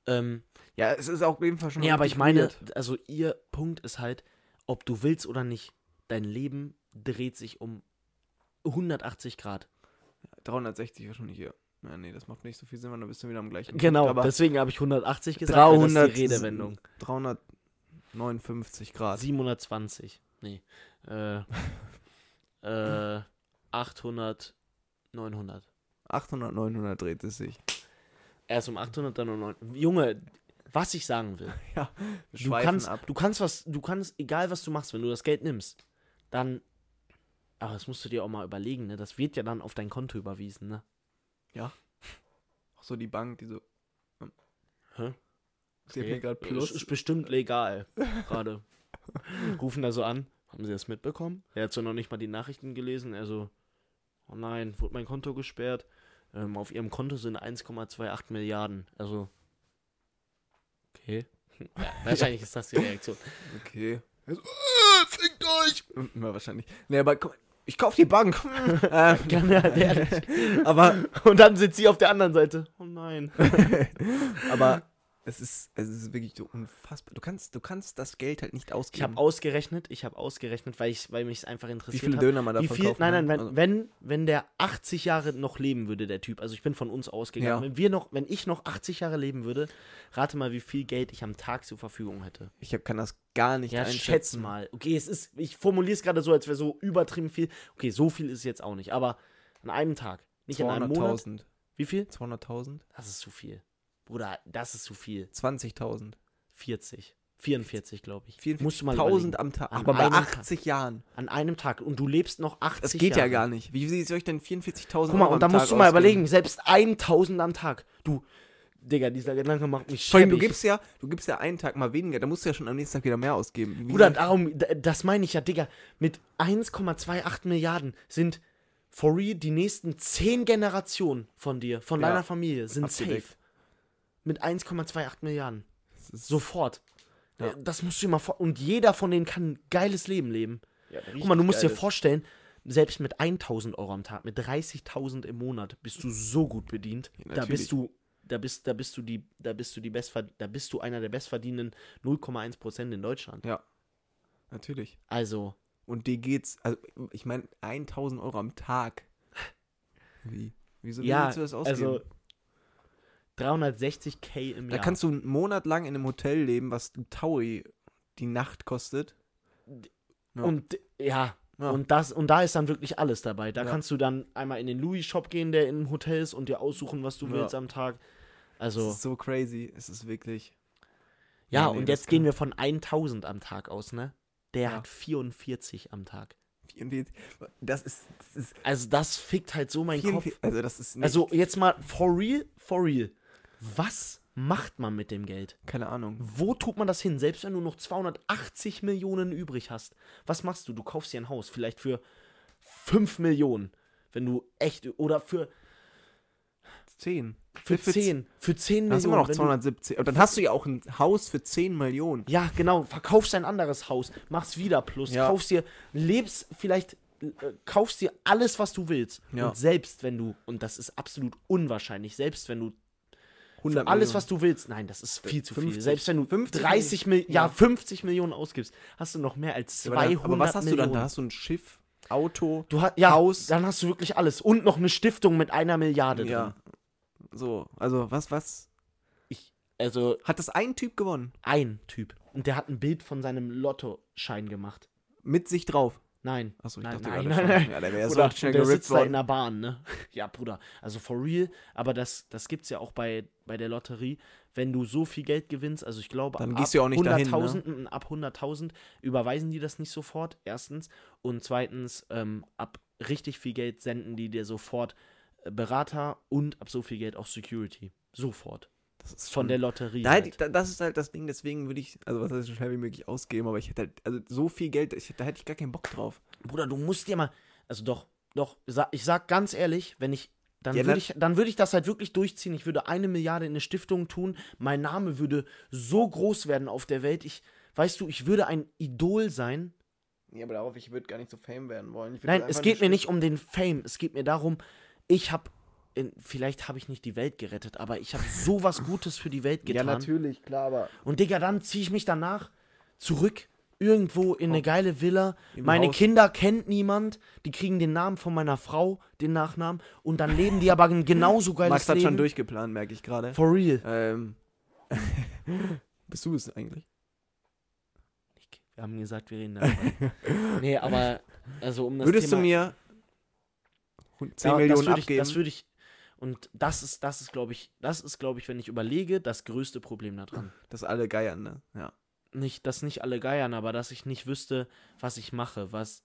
Speaker 2: Ähm,
Speaker 1: ja, es ist auf jeden Fall schon.
Speaker 2: ja, aber ich
Speaker 1: richtig
Speaker 2: meine,
Speaker 1: weird.
Speaker 2: also ihr Punkt ist halt, ob du willst oder nicht, dein Leben dreht sich um 180 Grad.
Speaker 1: 360 wahrscheinlich hier. Ja, nee, das macht nicht so viel Sinn, weil dann bist du wieder am gleichen
Speaker 2: Genau,
Speaker 1: Punkt. Aber
Speaker 2: deswegen habe ich 180 gesagt, weil
Speaker 1: 300,
Speaker 2: das ist die Redewendung.
Speaker 1: 359 Grad.
Speaker 2: 720. Nee. Äh, äh, 800, 900.
Speaker 1: 800, 900 dreht es sich.
Speaker 2: Erst um 800, dann um 900. Junge, was ich sagen will.
Speaker 1: Wir
Speaker 2: Du
Speaker 1: schweifen
Speaker 2: kannst,
Speaker 1: ab.
Speaker 2: du kannst was, du kannst, egal was du machst, wenn du das Geld nimmst, dann, aber das musst du dir auch mal überlegen, ne? Das wird ja dann auf dein Konto überwiesen, ne?
Speaker 1: Auch so die Bank, die so. ähm,
Speaker 2: Hä?
Speaker 1: Sie hat mir gerade
Speaker 2: Plus.
Speaker 1: Plus.
Speaker 2: Ist bestimmt legal, gerade. Rufen da so an, haben sie das mitbekommen? Er hat so noch nicht mal die Nachrichten gelesen, er so, oh nein, wurde mein Konto gesperrt. Ähm, auf ihrem Konto sind 1,28 Milliarden, also. Okay. Ja, wahrscheinlich ist das die Reaktion.
Speaker 1: Okay. Er so, äh, fickt euch! Hm, Ja, wahrscheinlich. Nee, aber komm, ich kauf die Bank. Hm, ähm,
Speaker 2: Gerne, ehrlich.
Speaker 1: aber,
Speaker 2: Und dann sitzt sie auf der anderen Seite. Oh nein.
Speaker 1: aber es ist, es ist wirklich so unfassbar. Du kannst, du kannst das Geld halt nicht
Speaker 2: Ich
Speaker 1: ausgeben.
Speaker 2: habe ausgerechnet, ich habe ausgerechnet, weil, ich, weil mich es einfach
Speaker 1: wie
Speaker 2: interessiert
Speaker 1: viel
Speaker 2: hat.
Speaker 1: Döner man
Speaker 2: Wie
Speaker 1: davon
Speaker 2: viel?
Speaker 1: kaufen
Speaker 2: Nein, nein,
Speaker 1: kann.
Speaker 2: wenn,
Speaker 1: Also,
Speaker 2: wenn, wenn der 80 Jahre noch leben würde, der Typ, also ich bin von uns ausgegangen,
Speaker 1: Ja.
Speaker 2: wenn wir noch, wenn ich noch 80 Jahre leben würde, rate mal, wie viel Geld ich am Tag zur Verfügung hätte.
Speaker 1: ich hab, kann das gar nicht
Speaker 2: Ja,
Speaker 1: einschätzen.
Speaker 2: schätz mal. Okay, es ist, ich formuliere es gerade so, als wäre so übertrieben viel. Okay, so viel ist jetzt auch nicht, aber an einem Tag, nicht an einem Monat.
Speaker 1: 200.000.
Speaker 2: Wie viel?
Speaker 1: 200.000?
Speaker 2: Das ist zu viel. Bruder, das ist zu viel.
Speaker 1: 20.000.
Speaker 2: 40. 44, glaube ich. Musst du mal überlegen.
Speaker 1: 44.000 am Tag.
Speaker 2: An
Speaker 1: Aber bei
Speaker 2: einem Tag.
Speaker 1: 80 Jahren.
Speaker 2: An einem Tag. Und du lebst noch 80
Speaker 1: Das geht ja
Speaker 2: Jahre.
Speaker 1: gar nicht. Wie wie soll ich denn 44.000
Speaker 2: Guck mal,
Speaker 1: Euro am
Speaker 2: und da
Speaker 1: Tag
Speaker 2: musst du mal
Speaker 1: ausgeben?
Speaker 2: überlegen, selbst 1000 am Tag. Du, Digga, dieser Gedanke macht mich
Speaker 1: Vor allem,
Speaker 2: schäbig.
Speaker 1: du gibst ja, du gibst ja einen Tag mal weniger, da musst du ja schon am nächsten Tag wieder mehr ausgeben. Wie
Speaker 2: Bruder,
Speaker 1: gesagt,
Speaker 2: darum, d- das meine ich ja, Digga. Mit 1,28 Milliarden sind for real die nächsten 10 Generationen von dir, von
Speaker 1: Ja.
Speaker 2: deiner Familie, sind
Speaker 1: Abgedeckt.
Speaker 2: safe. Mit 1,28 Milliarden.
Speaker 1: das ist so.
Speaker 2: Sofort.
Speaker 1: Ja.
Speaker 2: Äh, Das musst du dir mal vor. Und jeder von denen kann ein geiles Leben leben. Guck mal, du musst dir vorstellen, selbst mit 1000 Euro am Tag, mit 30.000 im Monat bist du so gut bedient.
Speaker 1: Ja,
Speaker 2: da
Speaker 1: natürlich.
Speaker 2: bist du, da bist, da bist du die, da bist du die Bestverd da bist du einer der bestverdienenden 0,1 Prozent in Deutschland.
Speaker 1: Ja. Natürlich.
Speaker 2: Also,
Speaker 1: Und dir geht's, also ich meine, 1000 Euro am Tag. Wie? Wieso
Speaker 2: ja,
Speaker 1: willst du das ausgeben?
Speaker 2: also 360k im
Speaker 1: da
Speaker 2: Jahr.
Speaker 1: kannst du einen Monat lang in einem Hotel leben, was ein Taui die Nacht kostet. ja.
Speaker 2: Und ja.
Speaker 1: Ja.
Speaker 2: Und, das, und da ist dann wirklich alles dabei. Da
Speaker 1: Ja.
Speaker 2: kannst du dann einmal in den Louis-Shop gehen, der im Hotel ist, und dir aussuchen, was du
Speaker 1: Ja.
Speaker 2: willst am Tag.
Speaker 1: So.
Speaker 2: Also.
Speaker 1: Das ist so crazy. Es ist wirklich.
Speaker 2: Ja,
Speaker 1: Nee, nee,
Speaker 2: und
Speaker 1: das
Speaker 2: jetzt gehen
Speaker 1: kann-
Speaker 2: wir von 1000 am Tag aus, ne? Der
Speaker 1: Ja.
Speaker 2: hat 44 am Tag.
Speaker 1: Das ist. Das ist
Speaker 2: Also das fickt halt so meinen Kopf.
Speaker 1: 44 also, das ist nicht,
Speaker 2: Also jetzt mal for real, for real. Was macht man mit dem Geld?
Speaker 1: Keine Ahnung.
Speaker 2: Wo tut man das hin? Selbst wenn du noch 280 Millionen übrig hast, was machst du? Du kaufst dir ein Haus, vielleicht für 5 Millionen, wenn du echt oder für
Speaker 1: 10.
Speaker 2: für 10, für 10
Speaker 1: Dann hast du
Speaker 2: Millionen.
Speaker 1: immer noch
Speaker 2: wenn du-
Speaker 1: 270. Und dann hast du ja auch ein Haus für 10 Millionen.
Speaker 2: Ja, genau. Verkaufst ein anderes Haus, machst wieder Plus,
Speaker 1: Ja.
Speaker 2: kaufst dir, lebst vielleicht, äh, kaufst dir alles, was du willst.
Speaker 1: Ja.
Speaker 2: Und selbst wenn du, und das ist absolut unwahrscheinlich, selbst wenn du
Speaker 1: 100
Speaker 2: alles,
Speaker 1: Millionen.
Speaker 2: was du willst, nein, das ist viel zu
Speaker 1: 50,
Speaker 2: viel. Selbst wenn du
Speaker 1: 50
Speaker 2: 30 Millionen, ja,
Speaker 1: Ja.
Speaker 2: 50 Millionen ausgibst, hast du noch mehr als
Speaker 1: Aber dann-
Speaker 2: 200
Speaker 1: Aber was hast
Speaker 2: Millionen.
Speaker 1: du dann? Da hast du ein Schiff, Auto,
Speaker 2: Du ha ja,
Speaker 1: Haus.
Speaker 2: dann hast du wirklich alles. Und noch eine Stiftung mit einer Milliarde
Speaker 1: ja.
Speaker 2: drin.
Speaker 1: So, also was, was?
Speaker 2: Also
Speaker 1: Hat das ein Typ gewonnen?
Speaker 2: ein Typ. Und der hat ein Bild von seinem Lottoschein gemacht.
Speaker 1: Mit sich drauf.
Speaker 2: Nein.
Speaker 1: Achso, ich
Speaker 2: nein,
Speaker 1: dachte
Speaker 2: nein,
Speaker 1: gerade
Speaker 2: nein,
Speaker 1: schon.
Speaker 2: nein.
Speaker 1: Ja, der wäre
Speaker 2: Oder
Speaker 1: so schnell
Speaker 2: der
Speaker 1: gerippt
Speaker 2: sitzt da in
Speaker 1: worden.
Speaker 2: der Bahn, ne? Ja, Bruder. Also for real. Aber das, das gibt's ja auch bei, bei der Lotterie. Wenn du so viel Geld gewinnst, also ich glaube,
Speaker 1: Dann
Speaker 2: ab
Speaker 1: gehst du ja auch nicht dahin, ne?
Speaker 2: 100.000, m, ab 100.000 überweisen die das nicht sofort, erstens. Und zweitens, ähm, ab richtig viel Geld senden die dir sofort äh, Berater und ab so viel Geld auch Security. Sofort.
Speaker 1: Das ist
Speaker 2: Von
Speaker 1: schon-
Speaker 2: der Lotterie.
Speaker 1: Nein,
Speaker 2: halt.
Speaker 1: da- das ist halt das Ding, deswegen würde ich, also was heißt so schnell wie möglich ausgeben, aber ich hätte halt, also so viel Geld, ich, da hätte ich gar keinen Bock drauf.
Speaker 2: Bruder, du musst dir mal. Also doch, doch, sa- ich sag ganz ehrlich, wenn ich. Dann
Speaker 1: Ja,
Speaker 2: würde
Speaker 1: na-
Speaker 2: ich, dann würde ich das halt wirklich durchziehen. Ich würde eine Milliarde in eine Stiftung tun. Mein Name würde so groß werden auf der Welt. Ich, weißt du, ich würde ein Idol sein.
Speaker 1: Ja, aber darauf, ich würde gar nicht so Fame werden wollen.
Speaker 2: Nein, es geht mir nicht um den Fame. Es geht mir darum, ich habe, vielleicht habe ich nicht die Welt gerettet, aber ich habe sowas Gutes für die Welt getan.
Speaker 1: natürlich, klar, aber.
Speaker 2: Und Digga, dann ziehe ich mich danach zurück irgendwo in eine geile Villa.
Speaker 1: Im
Speaker 2: Meine
Speaker 1: Haus.
Speaker 2: Kinder kennt niemand. Die kriegen den Namen von meiner Frau, den Nachnamen. Und dann leben die aber ein genauso geiles
Speaker 1: Max hat
Speaker 2: Leben.
Speaker 1: schon ne? durchgeplant, merke ich gerade.
Speaker 2: For real.
Speaker 1: Ähm, bist du es eigentlich?
Speaker 2: Wir haben gesagt, wir reden darüber. nee, aber also um das
Speaker 1: Würdest
Speaker 2: Thema,
Speaker 1: du mir rund 10
Speaker 2: Ja,
Speaker 1: Millionen
Speaker 2: das würd
Speaker 1: abgeben?
Speaker 2: Ich, das würde ich. Und das ist, das ist, glaube ich, das ist, glaube ich, wenn ich überlege, das größte Problem daran.
Speaker 1: dass alle geiern, ne? Ja.
Speaker 2: Nicht, dass nicht alle geiern, aber dass ich nicht wüsste, was ich mache, was,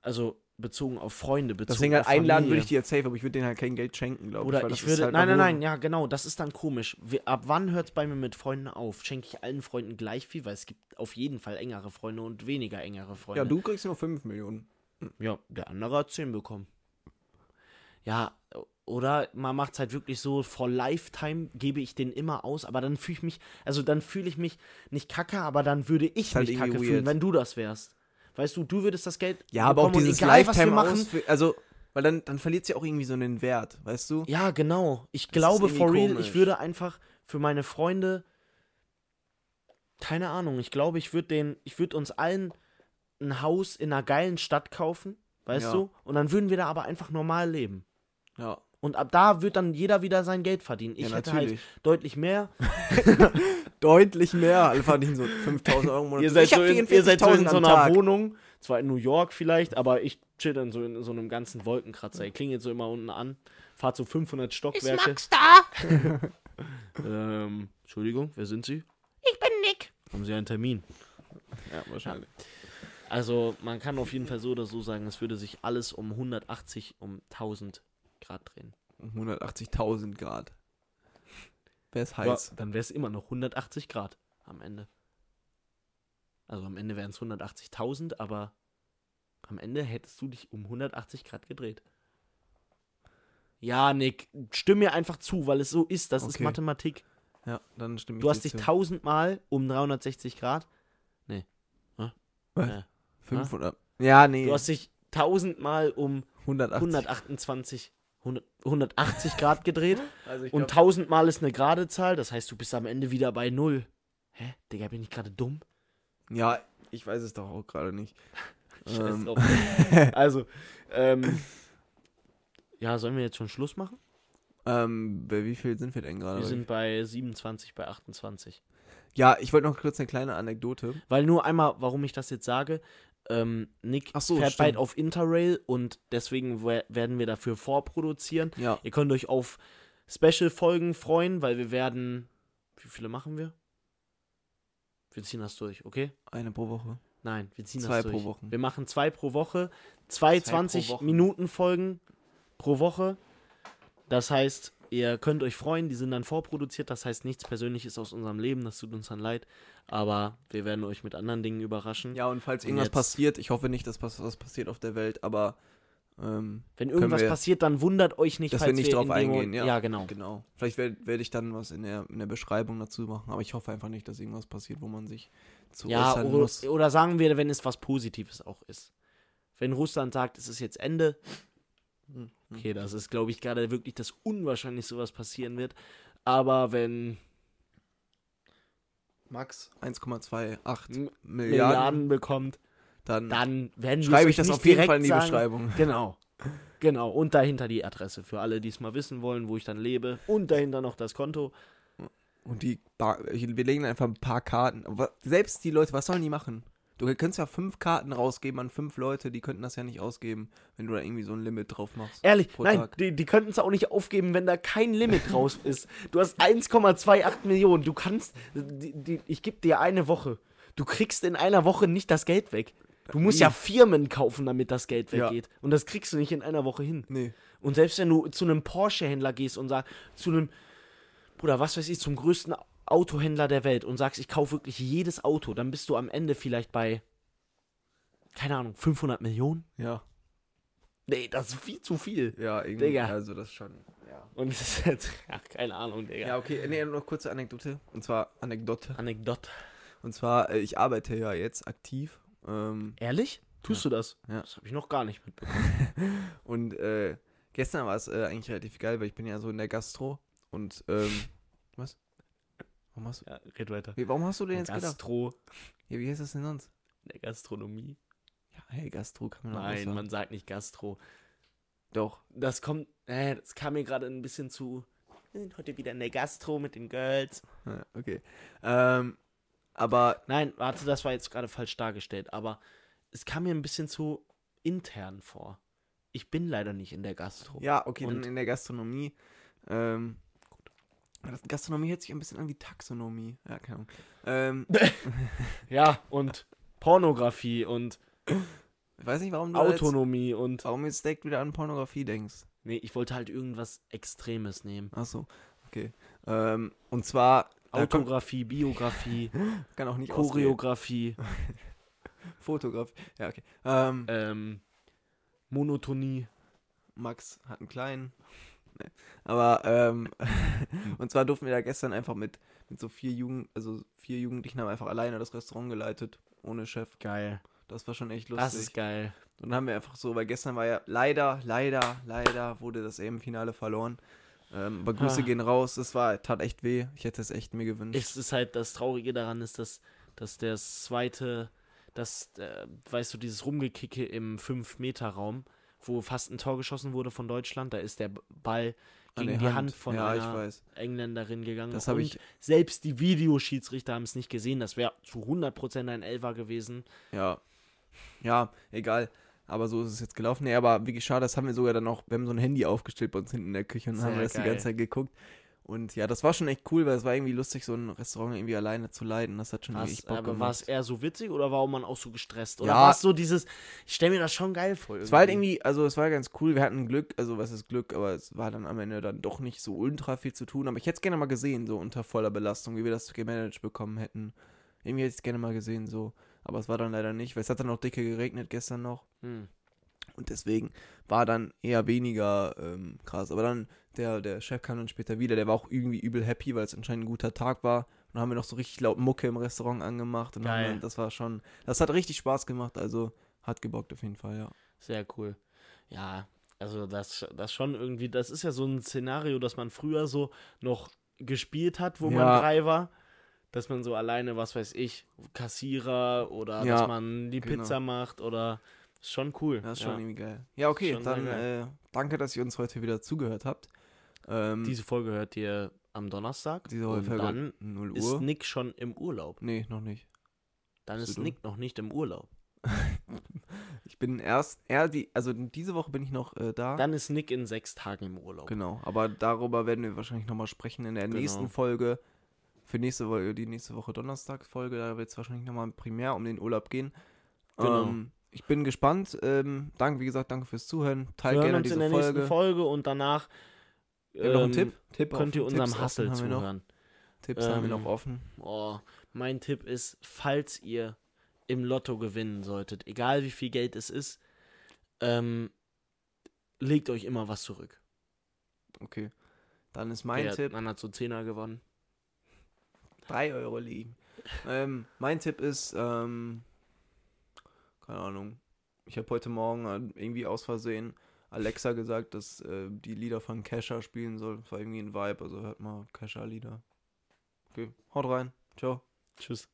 Speaker 2: also bezogen auf Freunde, bezogen
Speaker 1: Deswegen halt
Speaker 2: auf
Speaker 1: einladen würde
Speaker 2: Familie.
Speaker 1: ich dir jetzt safe, aber ich würde denen halt kein Geld schenken, glaube ich.
Speaker 2: Oder
Speaker 1: weil
Speaker 2: ich
Speaker 1: das ist
Speaker 2: würde.
Speaker 1: halt
Speaker 2: nein, nein,
Speaker 1: verboten.
Speaker 2: nein, ja, genau, das ist dann komisch. Wie, ab wann hört es bei mir mit Freunden auf? Schenke ich allen Freunden gleich viel, weil es gibt auf jeden Fall engere Freunde und weniger engere Freunde.
Speaker 1: Ja, du kriegst nur 5 Millionen.
Speaker 2: Ja, der andere hat 10 bekommen. Ja, oder man macht es halt wirklich so, for Lifetime gebe ich den immer aus, aber dann fühle ich mich, also dann fühle ich mich nicht kacke, aber dann würde ich
Speaker 1: Ist halt
Speaker 2: mich
Speaker 1: irgendwie
Speaker 2: kacke fühlen,
Speaker 1: weird.
Speaker 2: wenn du das wärst. Weißt du, du würdest das Geld
Speaker 1: Ja, aber auch
Speaker 2: bekommen und
Speaker 1: dieses
Speaker 2: egal, was wir
Speaker 1: Lifetime
Speaker 2: machen.
Speaker 1: ausfü- Also, weil dann, dann verliert ja auch irgendwie so einen Wert, weißt du?
Speaker 2: Ja, genau. Ich glaube,
Speaker 1: irgendwie
Speaker 2: for real,
Speaker 1: komisch.
Speaker 2: ich würde einfach für meine Freunde, keine Ahnung, ich glaube, ich würde den, ich würde uns allen ein Haus in einer geilen Stadt kaufen, weißt
Speaker 1: Ja.
Speaker 2: du? Und dann würden wir da aber einfach normal leben.
Speaker 1: Ja,
Speaker 2: Und ab da wird dann jeder wieder sein Geld verdienen. Ich
Speaker 1: ja
Speaker 2: hätte halt deutlich mehr.
Speaker 1: Deutlich mehr. Alle verdienen so 5000 Euro im Monat.
Speaker 2: so in, ihr seid so in so einer
Speaker 1: Wohnung.
Speaker 2: Wohnung, zwar in New York vielleicht, aber ich chill dann so in so einem ganzen Wolkenkratzer. Ihr klingelt so immer unten an, fahrt so 500
Speaker 3: Ist
Speaker 2: Stockwerke.
Speaker 3: Max da?
Speaker 2: Ähm, Entschuldigung, wer sind Sie?
Speaker 3: Ich bin Nick.
Speaker 2: Haben Sie einen Termin?
Speaker 1: Ja, wahrscheinlich.
Speaker 2: Also man kann auf jeden Fall so oder so sagen, es würde sich alles um 180, um 1000 Grad drehen.
Speaker 1: Um 180.000 Grad. Wäre es
Speaker 2: Aber
Speaker 1: heiß.
Speaker 2: dann wäre es immer noch 180 Grad am Ende. Also am Ende wären es 180.000, aber am Ende hättest du dich um 180 Grad gedreht. Ja, Nick, stimme mir einfach zu, weil es so ist. Das ist
Speaker 1: Okay.
Speaker 2: Mathematik.
Speaker 1: Ja, dann stimme ich
Speaker 2: Du hast dich
Speaker 1: zu.
Speaker 2: tausendmal um 360 Grad. Nee. Hä?
Speaker 1: Was?
Speaker 2: Äh,
Speaker 1: 500. Ja, nee.
Speaker 2: Du hast dich tausendmal um
Speaker 1: 180.
Speaker 2: 128, 100, 180 Grad gedreht.
Speaker 1: Also ich
Speaker 2: Und
Speaker 1: glaub-
Speaker 2: tausendmal ist eine gerade Zahl, das heißt, du bist am Ende wieder bei null. Hä? Digga, bin ich gerade dumm?
Speaker 1: ja, ich weiß es doch auch gerade nicht.
Speaker 2: Scheiß
Speaker 1: Ähm.
Speaker 2: drauf. also, ähm. Ja, sollen wir jetzt schon Schluss machen?
Speaker 1: Ähm, bei wie viel sind wir denn gerade?
Speaker 2: Wir sind bei 27, bei 28.
Speaker 1: Ja, ich wollte noch kurz eine kleine Anekdote.
Speaker 2: Weil nur einmal, warum ich das jetzt sage, ähm, Nick
Speaker 1: Ach so,
Speaker 2: fährt
Speaker 1: stimmt.
Speaker 2: bald auf Interrail und deswegen we- werden wir dafür vorproduzieren.
Speaker 1: Ja.
Speaker 2: Ihr könnt euch auf Special-Folgen freuen, weil wir werden. Wie viele machen wir? Wir ziehen das durch, okay?
Speaker 1: Eine pro Woche.
Speaker 2: Nein, wir ziehen
Speaker 1: Zwei
Speaker 2: das durch.
Speaker 1: pro Woche.
Speaker 2: Wir machen zwei pro Woche,
Speaker 1: Zwei
Speaker 2: zwei,
Speaker 1: pro
Speaker 2: 20
Speaker 1: Woche.
Speaker 2: Minuten Folgen pro Woche. Das heißt, ihr könnt euch freuen, die sind dann vorproduziert. Das heißt, nichts Persönliches aus unserem Leben, das tut uns dann leid. Aber wir werden euch mit anderen Dingen überraschen.
Speaker 1: Ja, und falls
Speaker 2: Und
Speaker 1: irgendwas
Speaker 2: jetzt-
Speaker 1: passiert, ich hoffe nicht, dass was, was passiert auf der Welt, aber ähm,
Speaker 2: Wenn irgendwas
Speaker 1: wir-
Speaker 2: passiert, dann wundert euch nicht,
Speaker 1: dass
Speaker 2: falls
Speaker 1: wir nicht
Speaker 2: wir
Speaker 1: drauf
Speaker 2: in dem
Speaker 1: eingehen.
Speaker 2: Moment-
Speaker 1: Ja,
Speaker 2: ja, genau.
Speaker 1: genau. Vielleicht werde werd ich dann was in der, in der Beschreibung dazu machen, aber ich hoffe einfach nicht, dass irgendwas passiert, wo man sich zu
Speaker 2: Ja,
Speaker 1: äußern
Speaker 2: oder,
Speaker 1: muss.
Speaker 2: oder sagen wir, wenn es was Positives auch ist. Wenn Russland sagt, es ist jetzt Ende. Okay, das ist, glaube ich, gerade wirklich das Unwahrscheinlichste, was passieren wird. Aber wenn
Speaker 1: Max 1,28
Speaker 2: M-
Speaker 1: Milliarden,
Speaker 2: Milliarden bekommt,
Speaker 1: dann,
Speaker 2: dann werden wir
Speaker 1: schreibe
Speaker 2: es
Speaker 1: ich das
Speaker 2: euch nicht
Speaker 1: auf jeden
Speaker 2: direkt
Speaker 1: Fall in die
Speaker 2: sagen.
Speaker 1: Beschreibung.
Speaker 2: Genau. Genau. Und dahinter die Adresse für alle, die es mal wissen wollen, wo ich dann lebe. Und dahinter noch das Konto.
Speaker 1: Und die Bar wir legen einfach ein paar Karten. Aber selbst die Leute, was sollen die machen? Du könntest ja fünf Karten rausgeben an fünf Leute, die könnten das ja nicht ausgeben, wenn du da irgendwie so ein Limit drauf machst.
Speaker 2: Ehrlich,
Speaker 1: Pro
Speaker 2: nein,
Speaker 1: Tag.
Speaker 2: die, die könnten es auch nicht aufgeben, wenn da kein Limit raus ist. Du hast 1,28 Millionen. Du kannst. Die, die, ich gebe dir eine Woche. Du kriegst in einer Woche nicht das Geld weg. Du musst ja Firmen kaufen, damit das Geld
Speaker 1: Ja.
Speaker 2: weggeht. Und das kriegst du nicht in einer Woche hin.
Speaker 1: Nee.
Speaker 2: Und selbst wenn du zu einem Porsche-Händler gehst und sagst, zu einem, Bruder, was weiß ich, zum größten Autohändler der Welt und sagst, ich kaufe wirklich jedes Auto, dann bist du am Ende vielleicht bei, keine Ahnung, 500 Millionen?
Speaker 1: Ja,
Speaker 2: Nee, das ist viel zu viel.
Speaker 1: ja, irgendwie.
Speaker 2: Digga.
Speaker 1: Also das schon. Ja.
Speaker 2: Und das ist jetzt, ja, keine Ahnung, Digga.
Speaker 1: Ja, okay, nee, noch kurze Anekdote. Und zwar Anekdote.
Speaker 2: Anekdote.
Speaker 1: Und zwar, äh, ich arbeite ja jetzt aktiv. Ähm,
Speaker 2: Ehrlich? Tust du das?
Speaker 1: Ja.
Speaker 2: Das habe ich noch gar nicht mitbekommen.
Speaker 1: und äh, gestern war es äh, eigentlich relativ geil, weil ich bin ja so in der Gastro. Und ähm, was? Warum hast, du,
Speaker 2: Ja, red weiter.
Speaker 1: Oh, wie- warum hast du den jetzt gedacht?
Speaker 2: Gastro.
Speaker 1: Ja, wie heißt das denn sonst?
Speaker 2: In der Gastronomie?
Speaker 1: Ja, hey, Gastro kann man auch
Speaker 2: Nein,
Speaker 1: sagen.
Speaker 2: man sagt nicht Gastro.
Speaker 1: Doch.
Speaker 2: Das kommt, äh, das kam mir gerade ein bisschen zu. Wir sind heute wieder in der Gastro mit den Girls.
Speaker 1: Ja, okay. Ähm, aber
Speaker 2: Nein, warte, das war jetzt gerade falsch dargestellt, aber es kam mir ein bisschen zu intern vor. Ich bin leider nicht in der Gastro.
Speaker 1: ja, okay, dann
Speaker 2: Und-
Speaker 1: in der Gastronomie. Ähm, gut. Das Gastronomie hört sich ein bisschen an wie Taxonomie. Ja, keine Ahnung. Ähm,
Speaker 2: Ja, und Pornografie und
Speaker 1: ich weiß nicht, warum du, da jetzt,
Speaker 2: Autonomie und.
Speaker 1: warum du jetzt direkt wieder an Pornografie denkst.
Speaker 2: Nee, ich wollte halt irgendwas Extremes nehmen.
Speaker 1: Achso, okay. Ähm, und zwar, da kommt,
Speaker 2: Autografie, Biografie,
Speaker 1: kann auch nicht ausreden.
Speaker 2: Choreografie,
Speaker 1: Fotograf. Ja, okay. Ähm,
Speaker 2: ähm, Monotonie.
Speaker 1: Max hat einen kleinen. Nee. Aber ähm, und zwar durften wir da gestern einfach mit, mit so vier Jugend, also vier Jugendlichen haben einfach alleine das Restaurant geleitet, ohne Chef.
Speaker 2: Geil.
Speaker 1: Das war schon echt lustig.
Speaker 2: Das ist geil.
Speaker 1: und dann haben wir einfach so, weil gestern war ja leider, leider, leider wurde das eben Finale verloren. Ähm, aber Grüße
Speaker 2: Ah.
Speaker 1: gehen raus. Es war tat echt weh. Ich hätte es echt mir gewünscht.
Speaker 2: Es ist halt das Traurige daran ist, dass, dass der zweite, dass, äh, weißt du, dieses Rumgekicke im 5-Meter-Raum, wo fast ein Tor geschossen wurde von Deutschland, da ist der Ball
Speaker 1: An
Speaker 2: gegen
Speaker 1: der
Speaker 2: die Hand, von
Speaker 1: ja,
Speaker 2: einer
Speaker 1: ich weiß.
Speaker 2: Engländerin gegangen.
Speaker 1: Das habe
Speaker 2: Und
Speaker 1: ich
Speaker 2: Selbst die Videoschiedsrichter haben es nicht gesehen. Das wäre zu 100% ein Elfer gewesen.
Speaker 1: Ja. Ja, egal. Aber so ist es jetzt gelaufen. Nee, aber wirklich schade, das haben wir sogar dann auch, wir haben so ein Handy aufgestellt bei uns hinten in der Küche und haben
Speaker 2: Sehr
Speaker 1: das die
Speaker 2: geil.
Speaker 1: ganze Zeit geguckt. Und ja, das war schon echt cool, weil es war irgendwie lustig, so ein Restaurant irgendwie alleine zu leiten. Das hat schon
Speaker 2: War's-
Speaker 1: wirklich Bock
Speaker 2: aber war es
Speaker 1: gemacht.
Speaker 2: eher so witzig oder war man auch so gestresst? Oder
Speaker 1: Ja.
Speaker 2: war es so dieses, ich stelle mir das schon geil vor.
Speaker 1: Es war halt irgendwie, also es war ganz cool, wir hatten Glück, also was ist Glück, aber es war dann am Ende dann doch nicht so ultra viel zu tun. Aber ich hätte es gerne mal gesehen, so unter voller Belastung, wie wir das gemanagt bekommen hätten. Irgendwie hätte ich es gerne mal gesehen, so. Aber es war dann leider nicht, weil es hat dann auch dicke geregnet gestern noch.
Speaker 2: Hm.
Speaker 1: Und deswegen war dann eher weniger ähm, krass. Aber dann, der, der Chef kam dann später wieder, der war auch irgendwie übel happy, weil es anscheinend ein guter Tag war. Und dann haben wir noch so richtig laut Mucke im Restaurant angemacht. Und
Speaker 2: Geil.
Speaker 1: Haben dann, das war schon, das hat richtig Spaß gemacht, also hat gebockt auf jeden Fall, ja.
Speaker 2: Sehr cool. Ja, also das, das schon irgendwie, das ist ja so ein Szenario, dass man früher so noch gespielt hat, wo
Speaker 1: Ja.
Speaker 2: man drei war. Dass man so alleine, was weiß ich, Kassierer oder
Speaker 1: Ja,
Speaker 2: dass man die
Speaker 1: genau.
Speaker 2: Pizza macht oder ist schon cool.
Speaker 1: Das ist
Speaker 2: ja.
Speaker 1: schon irgendwie geil. Ja, okay,
Speaker 2: Schon sehr
Speaker 1: dann äh, danke, dass ihr uns heute wieder zugehört habt. Ähm,
Speaker 2: Diese Folge hört ihr am Donnerstag.
Speaker 1: diese
Speaker 2: und
Speaker 1: Folge
Speaker 2: dann
Speaker 1: 0 Uhr.
Speaker 2: ist Nick schon im Urlaub.
Speaker 1: nee, noch nicht.
Speaker 2: Dann
Speaker 1: Bist du
Speaker 2: ist
Speaker 1: dumm?
Speaker 2: Nick noch nicht im Urlaub.
Speaker 1: Ich bin erst, eher die, also diese Woche bin ich noch äh, da.
Speaker 2: Dann ist Nick in sechs Tagen im Urlaub.
Speaker 1: Genau, aber darüber werden wir wahrscheinlich nochmal sprechen in der
Speaker 2: Genau.
Speaker 1: nächsten Folge. Für nächste Woche, die nächste Woche Donnerstag-Folge, da wird es wahrscheinlich nochmal primär um den Urlaub gehen.
Speaker 2: Genau.
Speaker 1: Ähm, ich bin gespannt. Ähm, danke, wie gesagt, danke fürs Zuhören. Teilt
Speaker 2: Wir hören
Speaker 1: Halt gerne
Speaker 2: uns
Speaker 1: diese
Speaker 2: in der
Speaker 1: Folge.
Speaker 2: nächsten Folge und danach
Speaker 1: Wir haben noch einen
Speaker 2: ähm,
Speaker 1: Tipp. Tipp
Speaker 2: könnt ihr
Speaker 1: offen.
Speaker 2: unserem
Speaker 1: Tipps
Speaker 2: Hustle
Speaker 1: offen haben wir noch.
Speaker 2: zuhören.
Speaker 1: Tipps haben wir noch
Speaker 2: Ähm,
Speaker 1: offen.
Speaker 2: Oh, mein Tipp ist, falls ihr im Lotto gewinnen solltet, egal wie viel Geld es ist, ähm, legt euch immer was zurück.
Speaker 1: Okay. Dann ist mein
Speaker 2: Der
Speaker 1: Tipp.
Speaker 2: Mann hat so Zehner gewonnen.
Speaker 1: 3 Euro liegen. ähm, mein Tipp ist, ähm, keine Ahnung. Ich habe heute Morgen an- irgendwie aus Versehen Alexa gesagt, dass äh, die Lieder von Kesha spielen soll. Das war irgendwie ein Vibe, also hört mal Kesha-Lieder. Okay, haut rein. Ciao.
Speaker 2: Tschüss.